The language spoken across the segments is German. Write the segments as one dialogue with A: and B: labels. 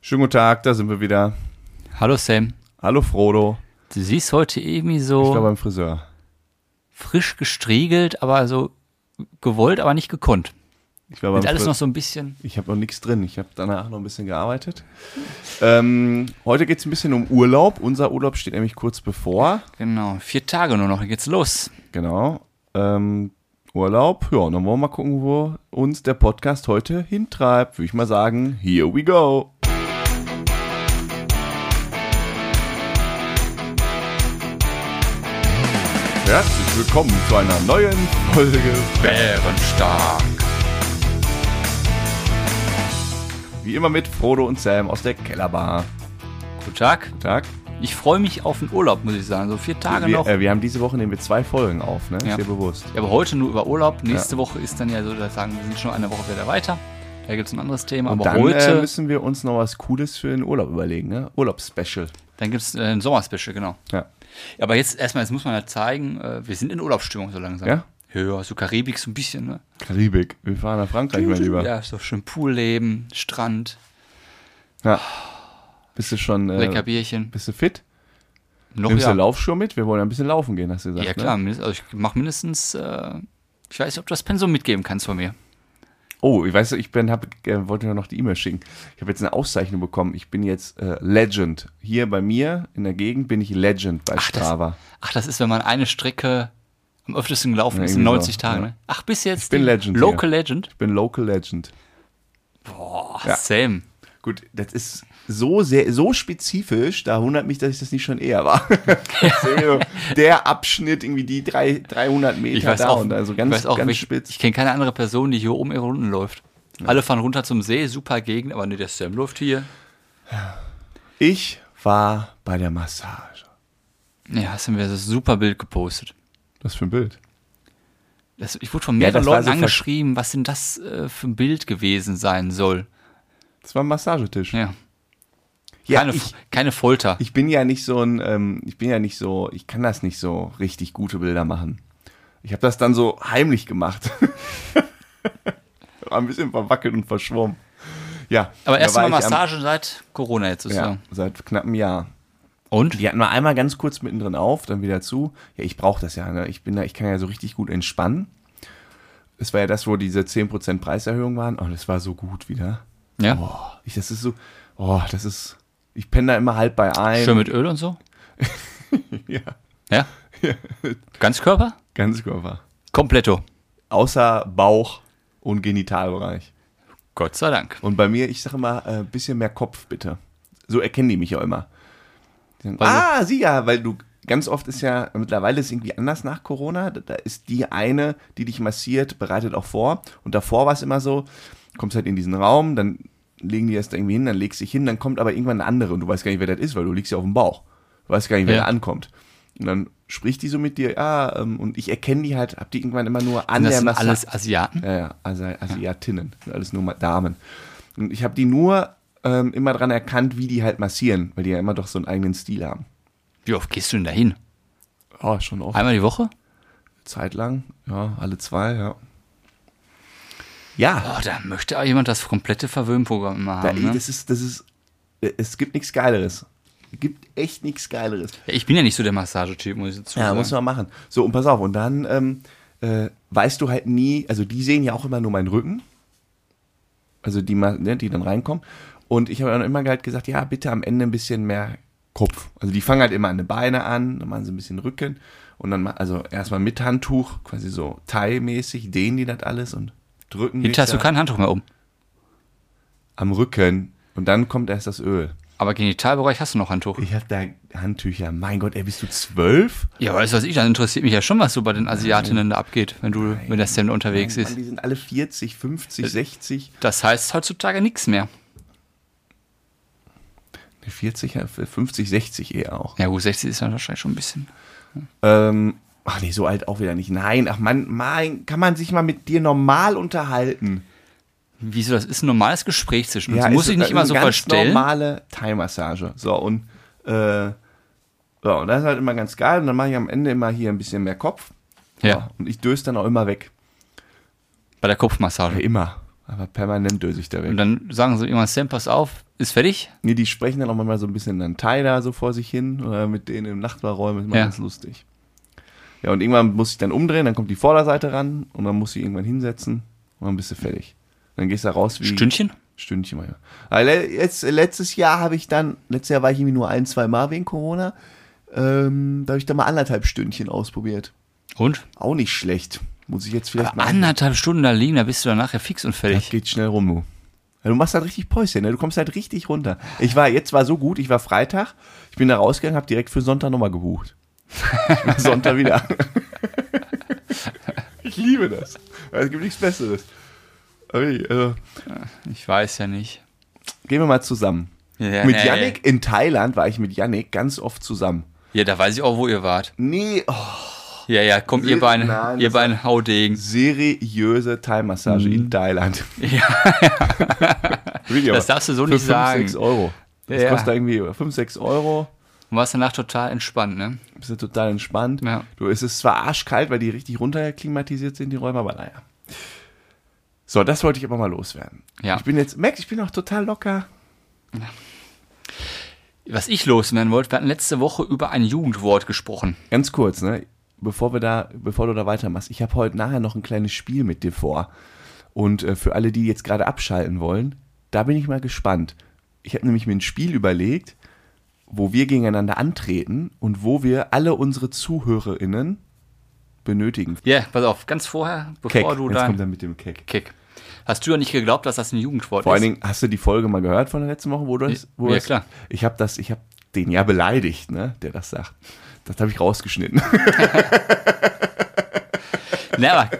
A: Schönen guten Tag, da sind wir wieder.
B: Hallo Sam,
A: Hallo Frodo.
B: du siehst heute irgendwie
A: Ich
B: so
A: war beim Friseur.
B: frisch gestriegelt, aber so gewollt, aber nicht gekonnt.
A: Ich war beim
B: Ist alles
A: Friseur.
B: noch so ein bisschen.
A: Ich habe noch nichts drin. Ich habe danach noch ein bisschen gearbeitet. Ähm, heute geht es ein bisschen um Urlaub. Unser Urlaub steht nämlich kurz bevor.
B: Genau, vier Tage nur noch, dann geht's los.
A: Genau. Ähm, Urlaub. Ja, und dann wollen wir mal gucken, wo uns der Podcast heute hintreibt. Würde ich mal sagen, here we go. Herzlich willkommen zu einer neuen Folge
B: Bärenstark.
A: Wie immer mit Frodo und Sam aus der Kellerbar.
B: Guten Tag.
A: Guten Tag.
B: Ich freue mich auf den Urlaub, muss ich sagen. So vier Tage
A: wir,
B: noch.
A: äh, wir haben diese Woche nehmen wir zwei Folgen auf, ne?
B: Ja.
A: Ist dir bewusst.
B: Ja, aber heute nur über Urlaub. Nächste Woche ist dann ja so, dass sagen, wir sind schon eine Woche wieder weiter. Da gibt's ein anderes Thema.
A: Und
B: aber
A: dann äh,
B: heute,
A: müssen wir uns noch was Cooles für den Urlaub überlegen, ne? Urlaubsspecial.
B: dann gibt's äh, ein Sommerspecial, genau.
A: Ja.
B: Ja, aber jetzt erstmal, jetzt muss man ja zeigen, äh, wir sind in Urlaubsstimmung so langsam.
A: Ja?
B: Ja, so Karibik so ein bisschen, ne?
A: Karibik. Wir fahren nach Frankreich, mein Lieber.
B: Ja, so schön Poolleben, Strand,
A: Ja. Bist du schon
B: lecker
A: äh,
B: Bierchen.
A: bist du fit?
B: Noch
A: Nimmst
B: ja.
A: du Laufschuhe mit? Wir wollen ein bisschen laufen gehen, hast du gesagt.
B: ja, klar.
A: Ne?
B: mindest- Also ich mache mindestens, äh, ich weiß nicht, ob du das Pensum mitgeben kannst von mir.
A: Oh, ich weiß, ich bin, hab, äh, wollte dir noch die E-Mail schicken. Ich habe jetzt eine Auszeichnung bekommen. Ich bin jetzt äh, Legend. Hier bei mir in der Gegend bin ich Legend bei
B: das-
A: Strava.
B: Ach, das ist, wenn man eine Strecke am öftesten gelaufen
A: Ja,
B: ist in
A: irgendwie
B: 90
A: so,
B: Tagen.
A: ja.
B: Ne? Ach, bis jetzt.
A: Ich bin
B: die
A: Legend
B: Local Legend.
A: Ich bin Local Legend.
B: Boah,
A: Ja.
B: Sam.
A: Gut, das ist so sehr, so spezifisch, da wundert mich, dass ich das nicht schon eher war. der Abschnitt, irgendwie die drei, 300 Meter
B: Ich weiß
A: da
B: auch,
A: und also ganz,
B: ich weiß auch
A: ganz
B: welch-
A: spitz.
B: Ich kenne keine andere Person, die hier oben ihre Runden läuft. Alle fahren runter zum See, super Gegend, aber nee, der Sam läuft hier.
A: Ich war bei der Massage.
B: Ja, hast du mir das super Bild gepostet.
A: Was für ein Bild.
B: Das, ich wurde von
A: Ja,
B: mehreren
A: das war
B: Leuten
A: so ver-
B: angeschrieben, was denn das äh, für ein Bild gewesen sein soll.
A: Das war ein Massagetisch.
B: Ja,
A: Ja,
B: keine,
A: ich,
B: keine Folter.
A: ich bin ja nicht so ein, ähm, ich bin ja nicht so, ich kann das nicht so richtig gute Bilder machen. Ich habe das dann so heimlich gemacht. war ein bisschen verwackelt und verschwommen. Ja,
B: Aber
A: da war
B: erstmal
A: ich am-
B: Massage seit Corona jetzt
A: Ja,
B: sozusagen.
A: seit knapp einem Jahr.
B: Und?
A: Die hatten wir einmal ganz kurz mittendrin auf, dann wieder zu. Ja, ich brauche das ja. Ne? Ich bin da, ich kann ja so richtig gut entspannen. Es war ja das, wo diese 10% Preiserhöhung waren. Oh, das war so gut wieder.
B: Ja.
A: Oh, ich, das ist so, oh, das ist, ich penne da immer halb bei ein.
B: Schön mit Öl und so?
A: Ja,
B: Ja. Ganzkörper?
A: ganz Körper.
B: Kompletto.
A: Außer Bauch und Genitalbereich.
B: Gott sei Dank.
A: Und bei mir, ich sage immer, ein äh, bisschen mehr Kopf bitte. So erkennen die mich ja immer. Die sagen,
B: Weil du-
A: ah, sie ja, weil du ganz oft ist ja, mittlerweile ist irgendwie anders nach Corona. Da, da ist die eine, die dich massiert, bereitet auch vor. Und davor war es immer so, kommst halt in diesen Raum, dann legen die das da irgendwie hin, dann legst dich hin, dann kommt aber irgendwann eine andere und du weißt gar nicht, wer das ist, weil du liegst ja auf dem Bauch. Du weißt gar nicht, wer
B: Ja.
A: da ankommt. Und dann spricht die so mit dir, ja, ähm, und ich erkenne die halt, hab die irgendwann immer nur an
B: Und das
A: der
B: sind
A: Massage.
B: alles Asiaten.
A: Ja, ja, also Asiatinnen, sind alles nur mal Damen. Und ich habe die nur ähm, immer dran erkannt, wie die halt massieren, weil die ja immer doch so einen eigenen Stil haben.
B: Wie oft gehst du denn dahin?
A: Oh, schon auch
B: Einmal die Woche?
A: zeitlang, ja, alle zwei, ja. Ja, Ah,
B: Oh, da möchte auch jemand das komplette Verwöhnprogramm immer
A: da,
B: haben.
A: ey,
B: ne?
A: das ist, das ist, äh, es gibt nichts Geileres. Es gibt echt nichts Geileres.
B: Ja, ich bin ja nicht so der Massagetyp, muss ich dazu
A: Ja,
B: sagen.
A: muss man machen. So, und pass auf, und dann ähm, äh, weißt du halt nie, also die sehen ja auch immer nur meinen Rücken. Also die, ma- ne, die dann reinkommen. Und ich habe dann immer halt gesagt, ja, bitte am Ende ein bisschen mehr Kopf. Also die fangen halt immer an die Beine an, dann machen sie ein bisschen Rücken. Und dann, ma- also erstmal mit Handtuch, quasi so Thai-mäßig, dehnen die das alles und drücken dich
B: Hinter hast du
A: da
B: kein Handtuch mehr um.
A: am Rücken. Und dann kommt erst das Öl.
B: Aber Genitalbereich hast du noch Handtuch.
A: Ich habe da Handtücher. Mein Gott, ey, bist du zwölf?
B: Ja, weißt du was ich, dann interessiert mich ja schon, was so bei den Asiatinnen da abgeht, wenn du, wenn der Sam unterwegs
A: Mann,
B: ist. Äh,
A: die sind alle 40, 50, 60.
B: Das heißt heutzutage nichts mehr.
A: Die 40, ja, 50, 60 äh, eher auch.
B: Ja, gut, 60 ist dann wahrscheinlich schon ein bisschen.
A: Ähm, ach nee, so alt auch wieder nicht. Nein, ach man, mein, kann man sich mal mit dir normal unterhalten?
B: Wieso, das ist ein normales Gespräch zwischen uns.
A: ist
B: Muss ich nicht
A: eine
B: immer so
A: ganz
B: verstellen.
A: normale Thai-Massage. So, und, äh, so, und das ist halt immer ganz geil. Und dann mache ich am Ende immer hier ein bisschen mehr Kopf.
B: Ja,
A: Und ich döse dann auch immer weg.
B: bei der Kopfmassage.
A: Immer. Aber permanent döse ich da
B: Und
A: weg.
B: dann sagen sie irgendwann, Sam, pass auf, ist fertig.
A: Nee, die sprechen dann auch manchmal so ein bisschen dann Thai da so vor sich hin oder mit denen im Nachbarräumen. Ist immer
B: Ja.
A: ganz lustig. Ja, und irgendwann muss ich dann umdrehen, dann kommt die Vorderseite ran und dann muss ich irgendwann hinsetzen und dann bist du fertig. Dann gehst du da raus wie.
B: Stündchen?
A: Stündchen mal. ja. Aber le- jetzt, letztes Jahr habe ich dann, letztes Jahr war ich irgendwie nur ein, zwei Mal wegen Corona. Ähm, da habe ich dann mal anderthalb Stündchen ausprobiert.
B: Und?
A: Auch nicht schlecht. Muss ich jetzt vielleicht
B: Aber
A: mal.
B: anderthalb Stunden da liegen, da bist du dann nachher fix und
A: Das
B: fertig.
A: geht schnell rum, du. Ja, du machst halt richtig Päuschen, ne? du kommst halt richtig runter. Ich war, jetzt war so gut, ich war Freitag, ich bin da rausgegangen, habe direkt für Sonntag nochmal gebucht. Ich bin Sonntag wieder. ich liebe das. Es gibt nichts Besseres. Aber ich, Also,
B: Ich weiß ja nicht.
A: gehen wir mal zusammen.
B: Ja,
A: mit
B: nee.
A: Yannick in Thailand war ich mit Yannick ganz oft zusammen.
B: Ja, da weiß ich auch, wo ihr wart.
A: Nee, oh,
B: Ja, ja, komm, ihr
A: Sie-
B: beiden,
A: Nein,
B: ihr
A: das-
B: beiden Haudegen.
A: seriöse Thai-Massage in Thailand.
B: Mhm. Ja,
A: Video.
B: Das darfst du so
A: Für
B: nicht
A: fünf,
B: sagen.
A: sechs Euro. Das
B: Ja.
A: kostet irgendwie 5, 6 Euro.
B: und warst danach total entspannt, ne?
A: Bist du total entspannt.
B: Ja.
A: Du, es ist zwar arschkalt, weil die richtig runterklimatisiert sind, die Räume, aber naja. So, das wollte ich aber mal loswerden.
B: Ja.
A: Ich bin jetzt, merkst, ich bin auch total locker.
B: Was ich loswerden wollte, wir hatten letzte Woche über ein Jugendwort gesprochen.
A: Ganz kurz, ne? Bevor wir da, bevor du da weitermachst, ich habe heute nachher noch ein kleines Spiel mit dir vor. Und äh, für alle, die jetzt gerade abschalten wollen, da bin ich mal gespannt. Ich habe nämlich mir ein Spiel überlegt, wo wir gegeneinander antreten und wo wir alle unsere ZuhörerInnen benötigen.
B: Ja, pass auf, ganz vorher, bevor du
A: Jetzt kommt er
B: dein
A: mit dem Keck.
B: Kick. Hast du ja nicht geglaubt, dass das ein Jugendwort
A: Vor
B: ist?
A: allen Dingen, hast du die Folge mal gehört von der letzten Woche, wo du es, wo
B: ja,
A: es,
B: klar.
A: Ich habe das, ich habe den ja beleidigt, ne, der das sagt. Das habe ich rausgeschnitten.
B: Na, aber,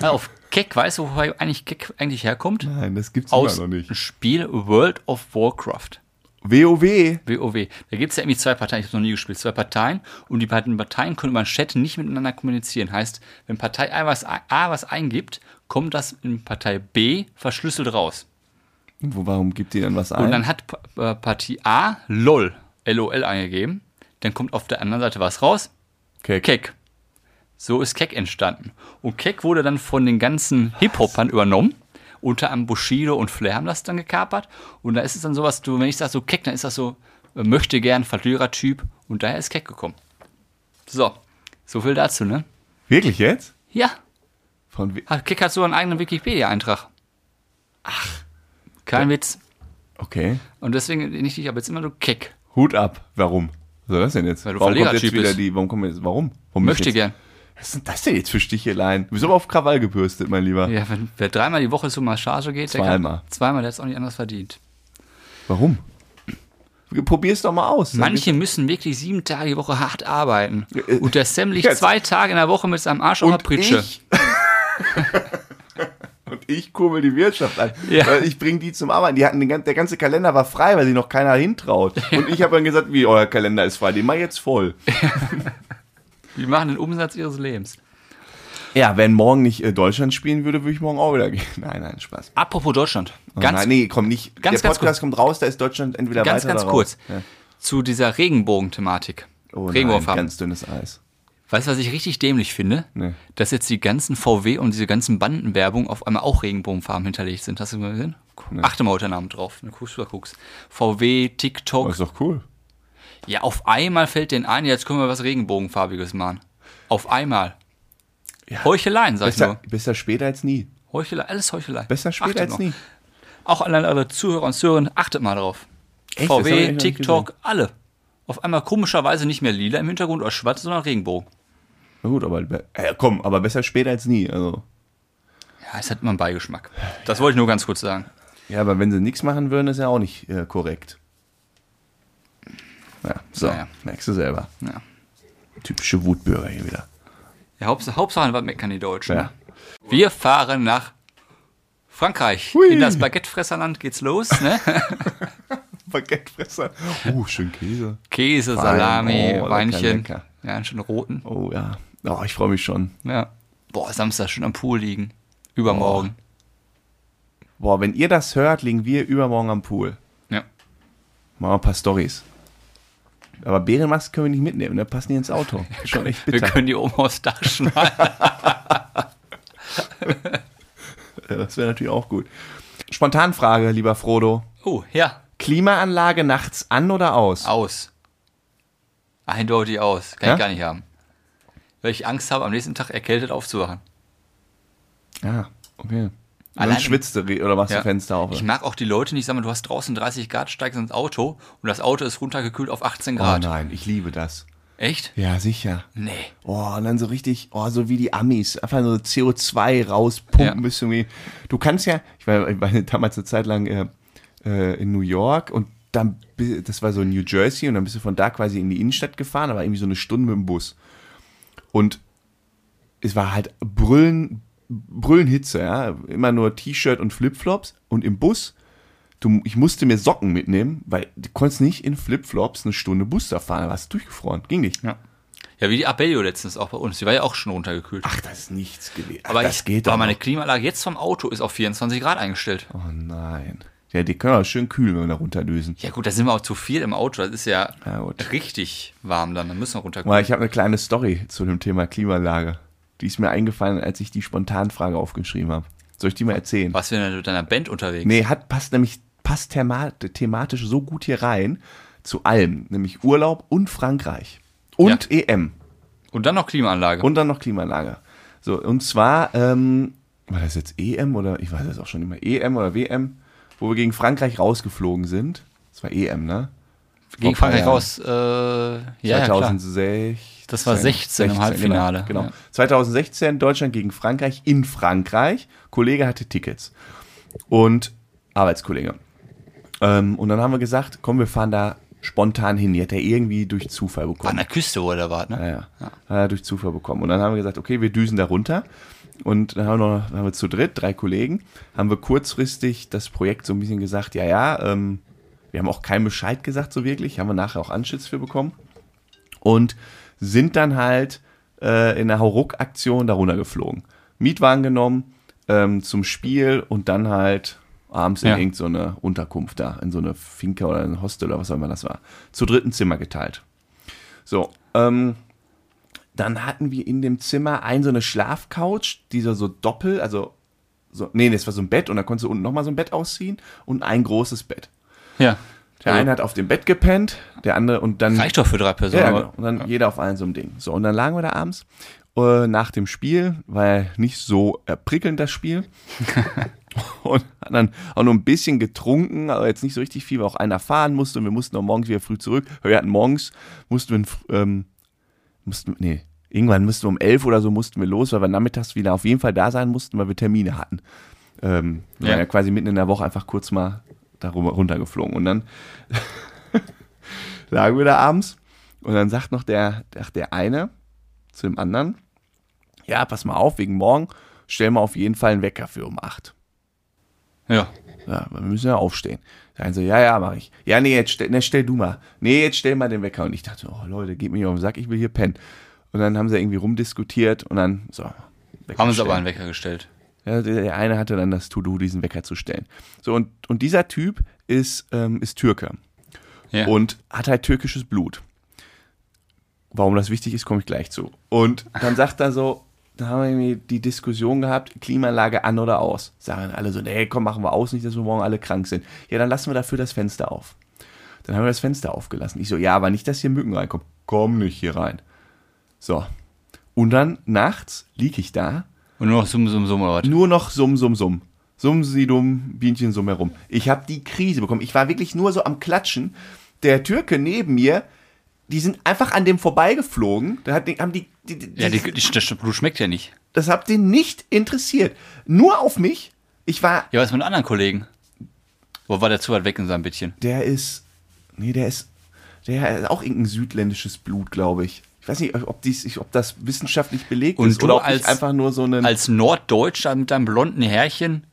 B: Na, auf Keck, weißt du, woher eigentlich Keck eigentlich herkommt?
A: Nein, das gibt's
B: Aus
A: immer noch
B: dem
A: nicht.
B: Spiel World of Warcraft.
A: WoW.
B: WoW. Da gibt es ja irgendwie zwei Parteien, ich habe noch nie gespielt, zwei Parteien und die beiden Parteien können über den Chat nicht miteinander kommunizieren. Heißt, wenn Partei A was, A was eingibt, kommt das in Partei B verschlüsselt raus.
A: Wo, warum gibt die dann was ein?
B: Und dann hat Pa- äh, Partie A LOL, LOL eingegeben, dann kommt auf der anderen Seite was raus,
A: Keck.
B: Keck. So ist Keck entstanden. Und Keck wurde dann von den ganzen Hip-Hopern übernommen. Unter anderem Bushido und Flair haben das dann gekapert. Und da ist es dann sowas, du, wenn ich sage so Keck, dann ist das so, äh, möchte gern, Verlierer-Typ. Und daher ist Keck gekommen. So, so viel dazu, ne?
A: Wirklich jetzt?
B: Ja,
A: Von We
B: hat- Keck hat so einen eigenen Wikipedia-Eintrag. Ach. Kein Witz.
A: okay.
B: Und deswegen nicht ich aber jetzt immer nur Keck.
A: Hut ab. Warum? Was soll das denn jetzt?
B: Weil du
A: warum kommt jetzt
B: Verlegertyp
A: wieder
B: bist.
A: die, warum kommen jetzt, warum? warum
B: Möchte
A: jetzt,
B: gern.
A: Was sind das denn jetzt für Sticheleien? Du bist aber auf Krawall gebürstet, mein Lieber.
B: Ja, wenn, wer dreimal die Woche zur Massage geht, der
A: Zweimal.
B: kann, zweimal, der hat es auch nicht anders verdient.
A: Warum? Probier's doch mal aus.
B: Manche müssen wirklich sieben Tage die Woche hart arbeiten.
A: äh,
B: Und der Sam liegt
A: jetzt.
B: zwei Tage in der Woche mit seinem Arsch auf der
A: und
B: Pritsche.
A: ich und ich kurbel die Wirtschaft an.
B: Ja.
A: Weil Ich bringe die zum Arbeiten. Die hatten den, gan- der ganze Kalender war frei, weil sich noch keiner hintraut. Und ich habe dann gesagt, wie euer Kalender ist frei, den mach ich jetzt voll.
B: Die machen den Umsatz ihres Lebens.
A: Ja, wenn morgen nicht äh, Deutschland spielen würde, würde ich morgen auch wieder gehen. Nein, nein, Spaß.
B: Apropos Deutschland.
A: Oh,
B: Ganz,
A: nein, nee, komm nicht.
B: ganz,
A: der
B: ganz
A: Podcast kommt raus, da ist Deutschland entweder
B: ganz,
A: weiter
B: ganz
A: oder
B: kurz.
A: raus. Ja.
B: Zu dieser Regenbogen-Thematik.
A: Oh nein,
B: Regenbogenfarben.
A: ganz dünnes Eis.
B: Weißt du, was ich richtig dämlich finde?
A: Nee.
B: Dass jetzt die ganzen VW und diese ganzen Bandenwerbung auf einmal auch Regenbogenfarben hinterlegt sind. Hast du mal gesehen? Achte mal heute Abend drauf. Dann guckst du, da guckst. VW, TikTok.
A: Oh, ist doch cool.
B: Ja, auf einmal fällt denen ein, jetzt können wir was Regenbogenfarbiges machen. Auf einmal. Heucheleien, sag ich
A: Besser,
B: nur.
A: besser später als nie.
B: Heuchelei, alles Heuchelei.
A: Besser später
B: Achtet
A: als
B: mal.
A: nie.
B: Auch an alle Zuhörer und Zuhörerinnen, achtet mal drauf.
A: Echt? Das hab ich noch
B: VW,
A: nicht
B: TikTok, alle. Auf einmal komischerweise nicht mehr lila im Hintergrund oder schwarz, sondern Regenbogen.
A: Na gut, aber be- äh, komm, aber besser später als nie. Also.
B: Ja, es hat immer einen Beigeschmack. Das wollte ich nur ganz kurz sagen.
A: Ja, aber wenn sie nichts machen würden, ist ja auch nicht äh, korrekt. Ja, so,
B: Naja.
A: merkst du selber.
B: Ja.
A: Typische Wutbürger hier wieder.
B: Ja, Hauptsache, Hauptsache was meckern die Deutschen.
A: Ja.
B: Wir fahren nach Frankreich. In das Baguettefresserland geht's los. Ne?
A: Baguettefresser. Oh, schön Käse.
B: Käse, Salami,
A: Oh, lecker,
B: Weinchen.
A: lecker.
B: Ja, einen schönen roten.
A: Oh ja. Oh, ich freue mich schon.
B: Ja. Boah, Samstag schon am Pool liegen. Übermorgen.
A: Boah, wenn ihr das hört, liegen wir übermorgen am Pool.
B: Ja.
A: Machen wir ein paar Stories. Aber Bärenmasken können wir nicht mitnehmen, ne? Passen die ins Auto. Schon echt
B: Wir
A: bitter.
B: können die oben aufs Dach schneiden.
A: hätte. Das wäre natürlich auch gut. Spontanfrage, lieber Frodo.
B: Oh, ja.
A: Klimaanlage nachts an oder aus?
B: Aus. Eindeutig aus. Kann
A: Ja?
B: ich gar nicht haben. Weil ich Angst habe, am nächsten Tag erkältet aufzuwachen.
A: Ah, okay. Und dann
B: Allein-
A: schwitzt du re- oder machst
B: Ja.
A: du Fenster auf. Oh
B: Ich mag auch die Leute nicht, sag mal, du hast draußen 30 Grad, steigst ins Auto und das Auto ist runtergekühlt auf 18
A: oh
B: Grad.
A: nein, ich liebe das.
B: Echt?
A: Ja, sicher.
B: Nee.
A: Oh, und dann so richtig, oh, so wie die Amis, einfach so CO2 rauspumpen,
B: Ja.
A: bist irgendwie. Du kannst ja, ich war, ich war damals eine Zeit lang äh, äh, in New York und dann, bi- das war so New Jersey und dann bist du von da quasi in die Innenstadt gefahren, aber irgendwie so eine Stunde mit dem Bus. Und es war halt brüllen, brüllen Hitze, ja, immer nur T-Shirt und Flipflops und im Bus. Du, ich musste mir Socken mitnehmen, weil du konntest nicht in Flipflops eine Stunde Bus da fahren, da warst du durchgefroren, ging nicht.
B: Ja. Ja, wie die Abellio letztens auch bei uns. Die war ja auch schon runtergekühlt.
A: Ach, das ist nichts gewesen. Ach,
B: aber
A: das
B: ich,
A: geht
B: aber
A: doch.
B: meine
A: noch.
B: Klimaanlage jetzt vom Auto ist auf 24 Grad eingestellt.
A: Oh nein. Ja, die können wir schön kühl, wenn wir da runterdüsen.
B: Ja gut, da sind wir auch zu viel im Auto. Das ist ja,
A: Ja, gut.
B: richtig warm dann. Dann müssen wir runterkühlen.
A: Mal, ich habe eine kleine Story zu dem Thema Klimaanlage. Die ist mir eingefallen, als ich die Spontanfrage aufgeschrieben habe. Soll ich die mal erzählen?
B: Warst du denn mit deiner Band unterwegs?
A: Nee, hat, passt nämlich, passt thema thematisch so gut hier rein zu allem. Nämlich Urlaub und Frankreich. Und E EM.
B: Und dann noch Klimaanlage.
A: Und dann noch Klimaanlage. So, und zwar, ähm, war das jetzt EM oder, ich weiß das auch schon nicht mehr, EM oder WM, wo wir gegen Frankreich rausgeflogen sind. Das war EM, ne?
B: Gegen
A: vor ein paar
B: Frankreich
A: Jahren.
B: raus. Äh, ja, ja, klar.
A: 2006.
B: Das war 16 im Halbfinale.
A: Genau. genau.
B: Ja.
A: 2016 Deutschland gegen Frankreich in Frankreich. Kollege hatte Tickets. Und Arbeitskollege. Ähm, und dann haben wir gesagt, komm, wir fahren da spontan hin. Die hat er irgendwie durch Zufall bekommen.
B: An der Küste, wo er da war, ne?
A: Ja, ja. Hat er durch Zufall bekommen. Und dann haben wir gesagt, okay, wir düsen da runter. Und dann haben wir, noch, haben wir zu dritt, drei Kollegen, haben wir kurzfristig das Projekt so ein bisschen gesagt, ja, ja, ähm, wir haben auch keinen Bescheid gesagt so wirklich, haben wir nachher auch Anschluss für bekommen. Und sind dann halt äh, in der Hauruck-Aktion da runtergeflogen. Mietwagen genommen ähm, zum Spiel und dann halt abends
B: Ja.
A: in irgendeine Unterkunft da, in so eine Finca oder ein Hostel oder was auch immer das war. Zu dritten Zimmer geteilt. So, ähm, dann hatten wir in dem Zimmer ein so eine Schlafcouch, dieser so doppel, also so, nee, das war so ein Bett und da konntest du unten nochmal so ein Bett ausziehen und ein großes Bett.
B: Ja.
A: Der eine hat auf dem Bett gepennt, der andere und dann
B: Reicht doch für drei Personen.
A: ja,
B: aber-
A: genau. Und dann jeder auf einem so einem Ding. So, und dann lagen wir da abends äh, nach dem Spiel, weil nicht so erprickelnd das Spiel. und haben dann auch nur ein bisschen getrunken, aber jetzt nicht so richtig viel, weil auch einer fahren musste und wir mussten auch morgens wieder früh zurück. Wir hatten morgens, mussten wir, in fr- ähm, mussten, nee, irgendwann mussten wir um elf oder so mussten wir los, weil wir nachmittags wieder auf jeden Fall da sein mussten, weil wir Termine hatten. Ähm, wir
B: Ja.
A: waren ja quasi mitten in der Woche einfach kurz mal darüber runtergeflogen. Und dann lagen wir da abends und dann sagt noch der, der, der eine zu dem anderen, ja, pass mal auf, wegen morgen stellen wir auf jeden Fall einen Wecker für um acht
B: Ja.
A: Ja, wir müssen ja aufstehen. Der eine so, ja, ja, mach ich. Ja, nee, jetzt stell, nee, stell du mal. Nee, jetzt stell mal den Wecker. Und ich dachte, oh Leute, geht mir nicht auf den Sack, ich will hier pennen. Und dann haben sie irgendwie rumdiskutiert und dann, so. Wecker
B: Haben uns
A: stellen.
B: aber einen Wecker gestellt.
A: Ja, der, der eine hatte dann das To-Do, diesen Wecker zu stellen. So, und, und dieser Typ ist, ähm, ist Türke
B: Ja.
A: und hat halt türkisches Blut. Warum das wichtig ist, komme ich gleich zu. Und dann sagt er so, da haben wir irgendwie die Diskussion gehabt, Klimaanlage an oder aus. Sagen alle so, nee, komm, machen wir aus, nicht, dass wir morgen alle krank sind. Ja, dann lassen wir dafür das Fenster auf. Dann haben wir das Fenster aufgelassen. Ich so, ja, aber nicht, dass hier Mücken reinkommen. Komm nicht hier rein. So. Und dann nachts lieg ich da
B: Und nur noch Summ, Summ, Summ oder was?
A: nur noch Summ, Summ, Summ. Summ, sie dumm, Bienchen, Summ herum. Ich habe die Krise bekommen. Ich war wirklich nur so am Klatschen. Der Türke neben mir, die sind einfach an dem vorbeigeflogen. Da hat, die- haben die, die, die,
B: Ja, die, die, das Blut schmeckt ja nicht.
A: das hat den nicht interessiert. Nur auf mich. Ich war,
B: Ja, was ist mit anderen Kollegen? Wo war der zu weit weg in seinem Bittchen?
A: der ist, nee, der ist, der hat auch irgendein südländisches Blut, glaube ich. Ich weiß nicht, ob, dies, ich- ob das wissenschaftlich belegt
B: Und
A: ist
B: du
A: oder ob ich
B: als-
A: einfach nur so einen...
B: Als Norddeutscher mit deinem blonden Härchen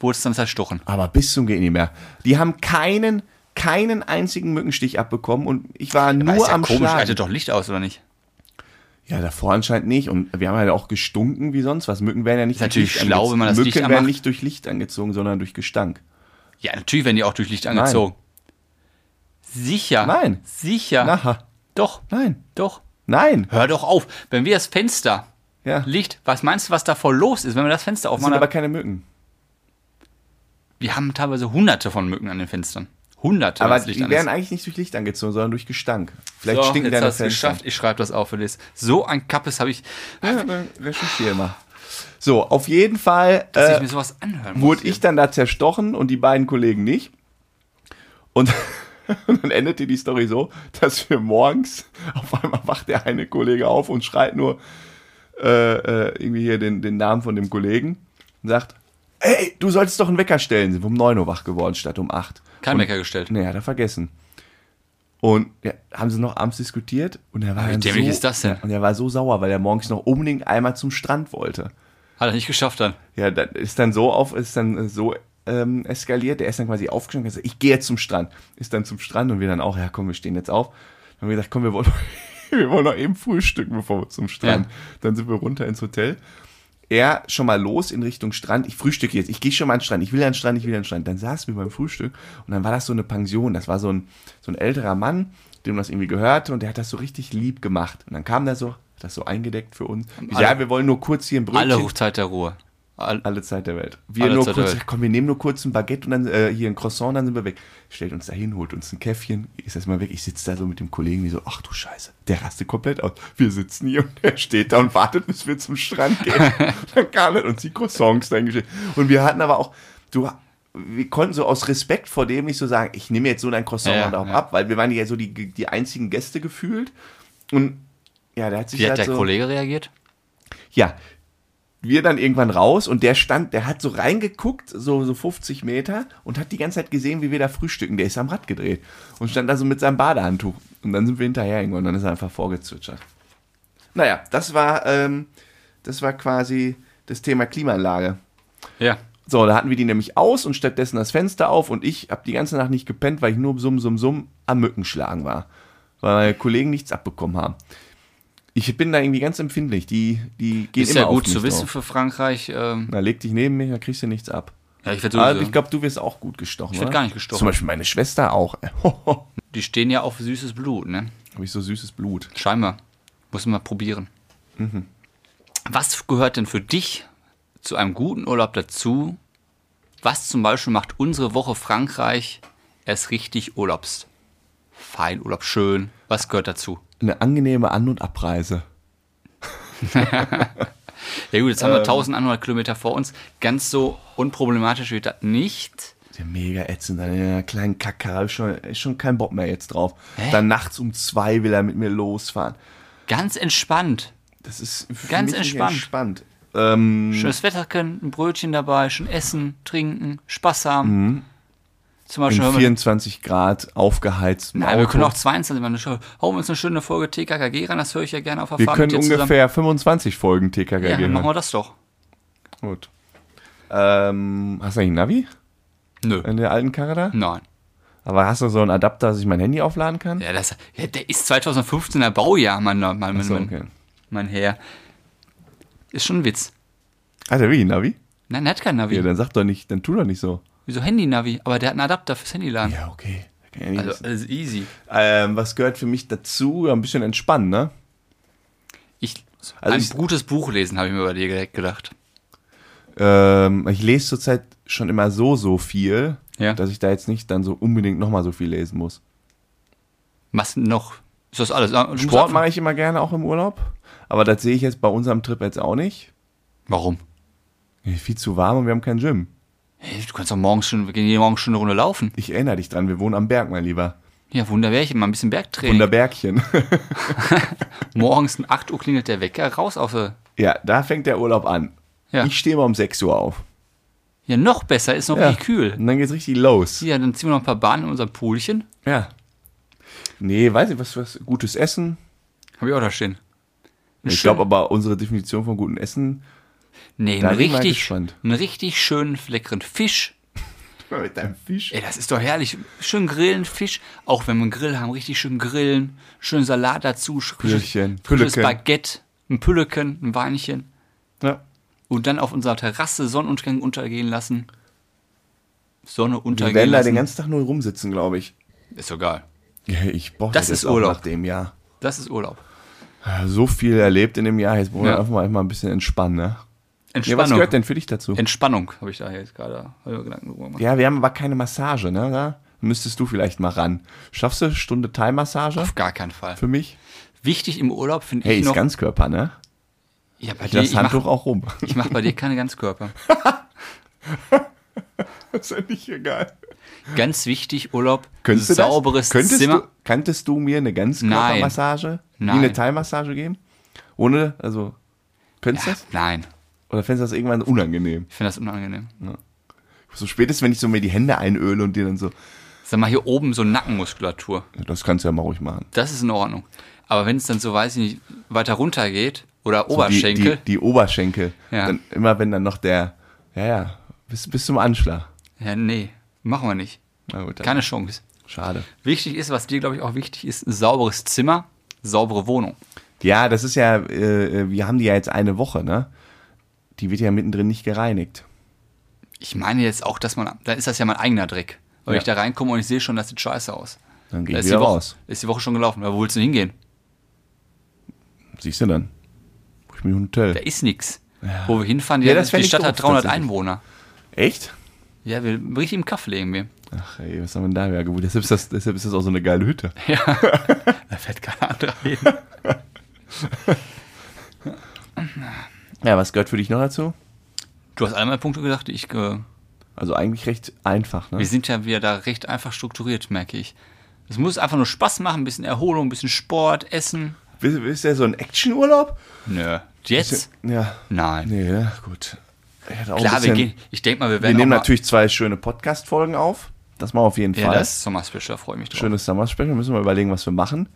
B: wurde es dann zerstochen.
A: aber bis zum Gehen nicht mehr. Die haben keinen, keinen einzigen Mückenstich abbekommen und ich war
B: Aber
A: nur
B: ist ja
A: am
B: komisch,
A: Schlagen.
B: haltet doch Licht aus, oder nicht?
A: Ja, davor anscheinend nicht. Und wir haben halt auch gestunken wie sonst was. Mücken werden ja nicht
B: Ist natürlich
A: durch
B: schlau,
A: angezogen.
B: wenn man das
A: Mücken
B: Licht
A: werden
B: anmacht.
A: nicht durch Licht angezogen, sondern durch Gestank.
B: Ja, natürlich werden die auch durch Licht angezogen. Sicher.
A: Nein.
B: Sicher.
A: Na,
B: Doch.
A: nein,
B: Doch.
A: nein.
B: Hör doch auf. Wenn wir das Fenster,
A: Ja,
B: Licht, was meinst du, was da voll los ist, wenn wir das Fenster
A: das sind
B: aufmachen?
A: aber keine Mücken.
B: die haben teilweise hunderte von Mücken an den Fenstern. Hunderte.
A: Aber
B: wenn's Licht
A: die
B: an
A: werden
B: ist.
A: eigentlich nicht durch Licht angezogen, sondern durch Gestank. Vielleicht
B: so,
A: stinken
B: jetzt
A: deine
B: hast du es
A: Fenster.
B: geschafft. Ich schreibe das auf für dich. So ein Kappes habe ich,
A: Ja, dann recherchiere mal. So, auf jeden Fall
B: dass ich
A: äh,
B: mir sowas anhören muss.
A: wurde ich dann da zerstochen und die beiden Kollegen nicht. Und dann endete die Story so, dass wir morgens, auf einmal wacht der eine Kollege auf und schreit nur äh, äh, irgendwie hier den, den Namen von dem Kollegen und sagt, hey, du solltest doch einen Wecker stellen. Sind wir um 9 Uhr wach geworden statt um 8.
B: Kein
A: und,
B: Wecker gestellt.
A: Nee, hat er vergessen. Und ja, haben sie noch abends diskutiert und er war
B: Wie
A: dann
B: dämlich
A: so,
B: ist das denn?
A: Und er war so sauer, weil er morgens noch unbedingt einmal zum Strand wollte.
B: Hat er nicht geschafft dann.
A: Ja, das ist dann so auf, ist dann äh, so ähm, eskaliert. Der ist dann quasi aufgestanden und hat gesagt, ich gehe jetzt zum Strand. Ist dann zum Strand und wir dann auch, ja komm, wir stehen jetzt auf. Dann haben wir gesagt, komm, wir wollen, wir wollen noch eben frühstücken, bevor wir zum Strand.
B: Ja.
A: Dann sind wir runter ins Hotel. Er schon mal los in Richtung Strand. Ich frühstücke jetzt. Ich gehe schon mal an den Strand. Ich will an den Strand, ich will an den Strand. Dann saßen wir beim Frühstück und dann war das so eine Pension. Das war so ein, so ein älterer Mann, dem das irgendwie gehörte und der hat das so richtig lieb gemacht. Und dann kam der so, hat das so eingedeckt für uns. Ich,
B: alle-
A: ja, wir wollen nur kurz hier ein Brötchen.
B: Alle Hochzeit der Ruhe. All,
A: Alle Zeit der Welt. Wir
B: Alle
A: nur
B: Zeit der
A: kurz,
B: Welt.
A: komm, wir nehmen nur kurz ein Baguette und dann äh, hier ein Croissant, dann sind wir weg. Stellt uns da hin, holt uns ein Käffchen, ist erstmal weg. Ich sitze da so mit dem Kollegen, wie so, ach du Scheiße, der rastet komplett aus. Wir sitzen hier und er steht da und wartet, bis wir zum Strand gehen. dann kamen uns die Croissants dahingestellt. Und wir hatten aber auch, du, wir konnten so aus Respekt vor dem nicht so sagen, ich nehme jetzt so ein Croissant
B: Ja,
A: und auch
B: ja.
A: ab, weil wir waren ja so die, die einzigen Gäste gefühlt. Und ja, der hat sich
B: wie hat
A: halt
B: der
A: so,
B: Kollege reagiert?
A: ja, wir dann irgendwann raus und der stand, der hat so reingeguckt, so, so 50 Meter und hat die ganze Zeit gesehen, wie wir da frühstücken. Der ist am Rad gedreht und stand da so mit seinem Badehandtuch. Und dann sind wir hinterher irgendwann und dann ist er einfach vorgezwitschert. Naja, das war, ähm, das war quasi das Thema Klimaanlage.
B: Ja.
A: So, da hatten wir die nämlich aus und stattdessen das Fenster auf und ich habe die ganze Nacht nicht gepennt, weil ich nur summ, summ, summ am Mückenschlagen war. Weil meine Kollegen nichts abbekommen haben. Ich bin da irgendwie ganz empfindlich. Die, die gehen
B: Ist
A: immer
B: ja gut
A: auf
B: zu
A: mich
B: wissen
A: drauf.
B: für Frankreich. Ähm,
A: Na, leg dich neben mich, dann kriegst du nichts ab.
B: ja, ich werde
A: Also,
B: sowieso.
A: ich glaube, du wirst auch gut gestochen.
B: Ich werd
A: oder?
B: gar nicht gestochen.
A: Zum Beispiel meine Schwester auch. Hoho.
B: die stehen ja auf süßes Blut, ne?
A: Habe ich so süßes Blut.
B: Scheinbar. Muss man mal probieren. Was gehört denn für dich zu einem guten Urlaub dazu? Was zum Beispiel macht unsere Woche Frankreich erst richtig Urlaubs? Fein, Urlaub schön. Was gehört dazu?
A: Eine angenehme An- und Abreise.
B: Ja gut, jetzt haben wir 1100 Kilometer vor uns. Ganz so unproblematisch wird das nicht.
A: Ist ja mega ätzend. Dann in einer kleinen Kacke. Schon, ist schon kein Bock mehr jetzt drauf.
B: Hä?
A: Dann nachts um zwei will er mit mir losfahren.
B: Ganz entspannt.
A: Das ist für
B: Ganz
A: mich nicht
B: entspannt.
A: entspannt. Ähm,
B: Schönes Wetter können, ein Brötchen dabei, schön essen, trinken, Spaß haben. Zum
A: in
B: Beispiel hören wir,
A: 24 Grad aufgeheizt.
B: Nein, wir können auch 22 machen. Schauen wir uns eine schöne Folge TKKG ran, das höre ich ja gerne auf der
A: wir
B: Fahrt
A: können
B: mit dir zusammen.
A: ungefähr 25 Folgen TKKG
B: Ja, dann machen
A: machen.
B: wir das doch.
A: ne? Gut. Ähm, hast du eigentlich ein Navi
B: Nö.
A: in der alten Karre da?
B: Nein.
A: Aber hast du so einen Adapter, dass ich mein Handy aufladen kann?
B: Ja, das, ja, der ist 2015er Baujahr, mein, mein, mein,
A: Ach so,
B: mein,
A: okay.
B: mein Herr. Ist schon ein Witz.
A: Hat er wirklich ein Navi?
B: Nein, der hat kein Navi.
A: Ja, dann sag doch nicht, dann tu doch nicht so.
B: Wieso Handy-Navi? Aber der hat einen Adapter fürs Handy laden.
A: Ja, okay. Kann ja nicht
B: Also,
A: wissen.
B: alles easy.
A: ähm, was gehört für mich dazu? Ja, Ein bisschen entspannen, ne?
B: Ich,
A: Also
B: ein
A: ich-
B: gutes Buch lesen, habe ich mir bei dir direkt gedacht.
A: Ähm, ich lese zurzeit schon immer so, so viel,
B: Ja.
A: dass ich da jetzt nicht dann so unbedingt nochmal so viel lesen muss.
B: Was noch? Ist das alles? Ah, Du musst
A: Sport
B: einfach-
A: mache ich immer gerne auch im Urlaub, aber das sehe ich jetzt bei unserem Trip jetzt auch nicht.
B: Warum?
A: Nee, Viel zu warm und wir haben kein Gym.
B: Hey, du kannst doch morgens schon, wir gehen jeden Morgen schon eine Runde laufen.
A: Ich erinnere dich dran, wir wohnen am Berg, mein Lieber.
B: Ja, wunderwärchen, mal ein bisschen Bergtraining.
A: Wunderbergchen.
B: Morgens um 8 Uhr klingelt der Wecker, raus auf äh, der...
A: ja, da fängt der Urlaub an.
B: Ja.
A: Ich stehe mal um 6 Uhr auf.
B: ja, noch besser, ist noch
A: Ja.
B: richtig kühl.
A: Und dann geht's richtig los.
B: Ja, dann ziehen wir noch ein paar Bahnen in unser Poolchen.
A: Ja. Nee, weiß ich, was, was gutes Essen.
B: Hab ich auch da stehen. Ein
A: Ich
B: schön-
A: glaube aber, unsere Definition von gutem Essen.
B: nee,
A: da
B: einen
A: bin ich mal
B: richtig,
A: gespannt.
B: einen richtig schönen, leckeren Fisch.
A: Mit deinem Fisch.
B: Ey, das ist doch herrlich. Schön grillen, Fisch. Auch wenn wir einen Grill haben, richtig schön grillen. Schönen Salat dazu. sch-
A: Püllchen,
B: Frisches
A: Pülleken.
B: Baguette. Ein Pülleken, ein Weinchen.
A: Ja.
B: Und dann auf unserer Terrasse Sonnenuntergang untergehen lassen. Sonne
A: Wir
B: untergehen
A: werden da den
B: lassen.
A: ganzen Tag nur rumsitzen, glaube ich.
B: ist doch geil.
A: Ja, ich brauche
B: Das ist Urlaub.
A: nach dem Jahr.
B: Das ist Urlaub.
A: Ja, So Äh, viel erlebt in dem Jahr. Jetzt wollen wir
B: Ja.
A: einfach mal, mal ein bisschen entspannen, ne? Ja, was
B: Entspannung.
A: gehört denn für dich
B: Äh,
A: dazu?
B: Entspannung habe ich da jetzt gerade äh, Gedanken drüber gemacht.
A: Ja, wir haben aber keine Massage, ne? Da müsstest du vielleicht mal ran. Schaffst du eine Stunde Thai-Massage
B: Auf gar keinen Fall.
A: für mich?
B: Wichtig im Urlaub finde
A: Hey,
B: ich
A: ist
B: noch.
A: Ganzkörper, ne?
B: ja, bei
A: Ich
B: dir,
A: lasse
B: ich mache
A: Handtuch auch rum.
B: ich mach bei dir keine Ganzkörper.
A: ist ja nicht egal.
B: Ganz wichtig, Urlaub,
A: Könntest du
B: sauberes
A: das? Könntest
B: Zimmer.
A: Du, kanntest du mir eine Ganzkörpermassage, wie eine
B: Nein.
A: Thai-Massage geben? Ohne, also, könntest du
B: Ja,
A: das?
B: nein,
A: Oder fändest du das irgendwann unangenehm?
B: ich finde das unangenehm.
A: So spätestens, wenn ich so mir die Hände einöle und dir dann so,
B: Sag mal, hier oben so Nackenmuskulatur.
A: ja, das kannst du ja mal ruhig machen.
B: Das ist in Ordnung. Aber wenn es dann so, weiß ich nicht, weiter runter geht oder
A: So die-
B: Oberschenkel,
A: Die, die Oberschenkel.
B: Ja.
A: Dann, immer wenn dann noch der, ja, ja, bis, bis zum Anschlag.
B: ja, nee, machen wir nicht.
A: Na gut, dann,
B: Keine Chance.
A: schade.
B: Wichtig ist, was dir, glaube ich, auch wichtig ist, sauberes Zimmer, saubere Wohnung.
A: Ja, das ist ja, äh, wir haben die ja jetzt eine Woche, ne? Die wird ja mittendrin nicht gereinigt.
B: Ich meine jetzt auch, dass man, dann ist das ja mein eigener Dreck. Wenn
A: Ja.
B: ich da reinkomme und ich sehe schon, das sieht scheiße aus.
A: Dann
B: Da
A: geht
B: ist die,
A: wieder
B: Woche,
A: raus.
B: ist die Woche schon gelaufen. Ja, wo willst du denn hingehen?
A: Siehst du dann? Buch ich mir ein Hotel.
B: Da ist nichts. Wo wir hinfahren, die,
A: Ja, das
B: die
A: fänd ich
B: Stadt
A: doof,
B: hat 300
A: tatsächlich.
B: Einwohner.
A: Echt?
B: Ja, wir richtig im Kaff legen wir.
A: Ach ey, was haben wir denn da? Ja, gut, deshalb ist, das, deshalb ist das auch so eine geile Hütte.
B: Da fährt keiner anderer hin.
A: Ja, was gehört für dich noch dazu?
B: Du hast einmal Punkte gesagt, ich, äh,
A: Also eigentlich recht einfach, ne?
B: wir sind ja wieder da recht einfach strukturiert, merke ich. Es muss einfach nur Spaß machen, ein bisschen Erholung, ein bisschen Sport, Essen.
A: Bist, bist du ja so ein Actionurlaub?
B: Nö. Jetzt?
A: Ja.
B: Nein.
A: Nee, ja, gut. Ich hätte auch ein
B: Klar, wir
A: bisschen-
B: gehen. Ich denke mal, wir
A: Wir
B: werden
A: nehmen
B: auch mal,
A: natürlich zwei schöne Podcast-Folgen auf. Das machen wir auf jeden
B: Ja,
A: Fall.
B: das Sommer-Special, da freue ich mich drauf.
A: Schönes Sommerspecial. Müssen wir überlegen, was wir machen.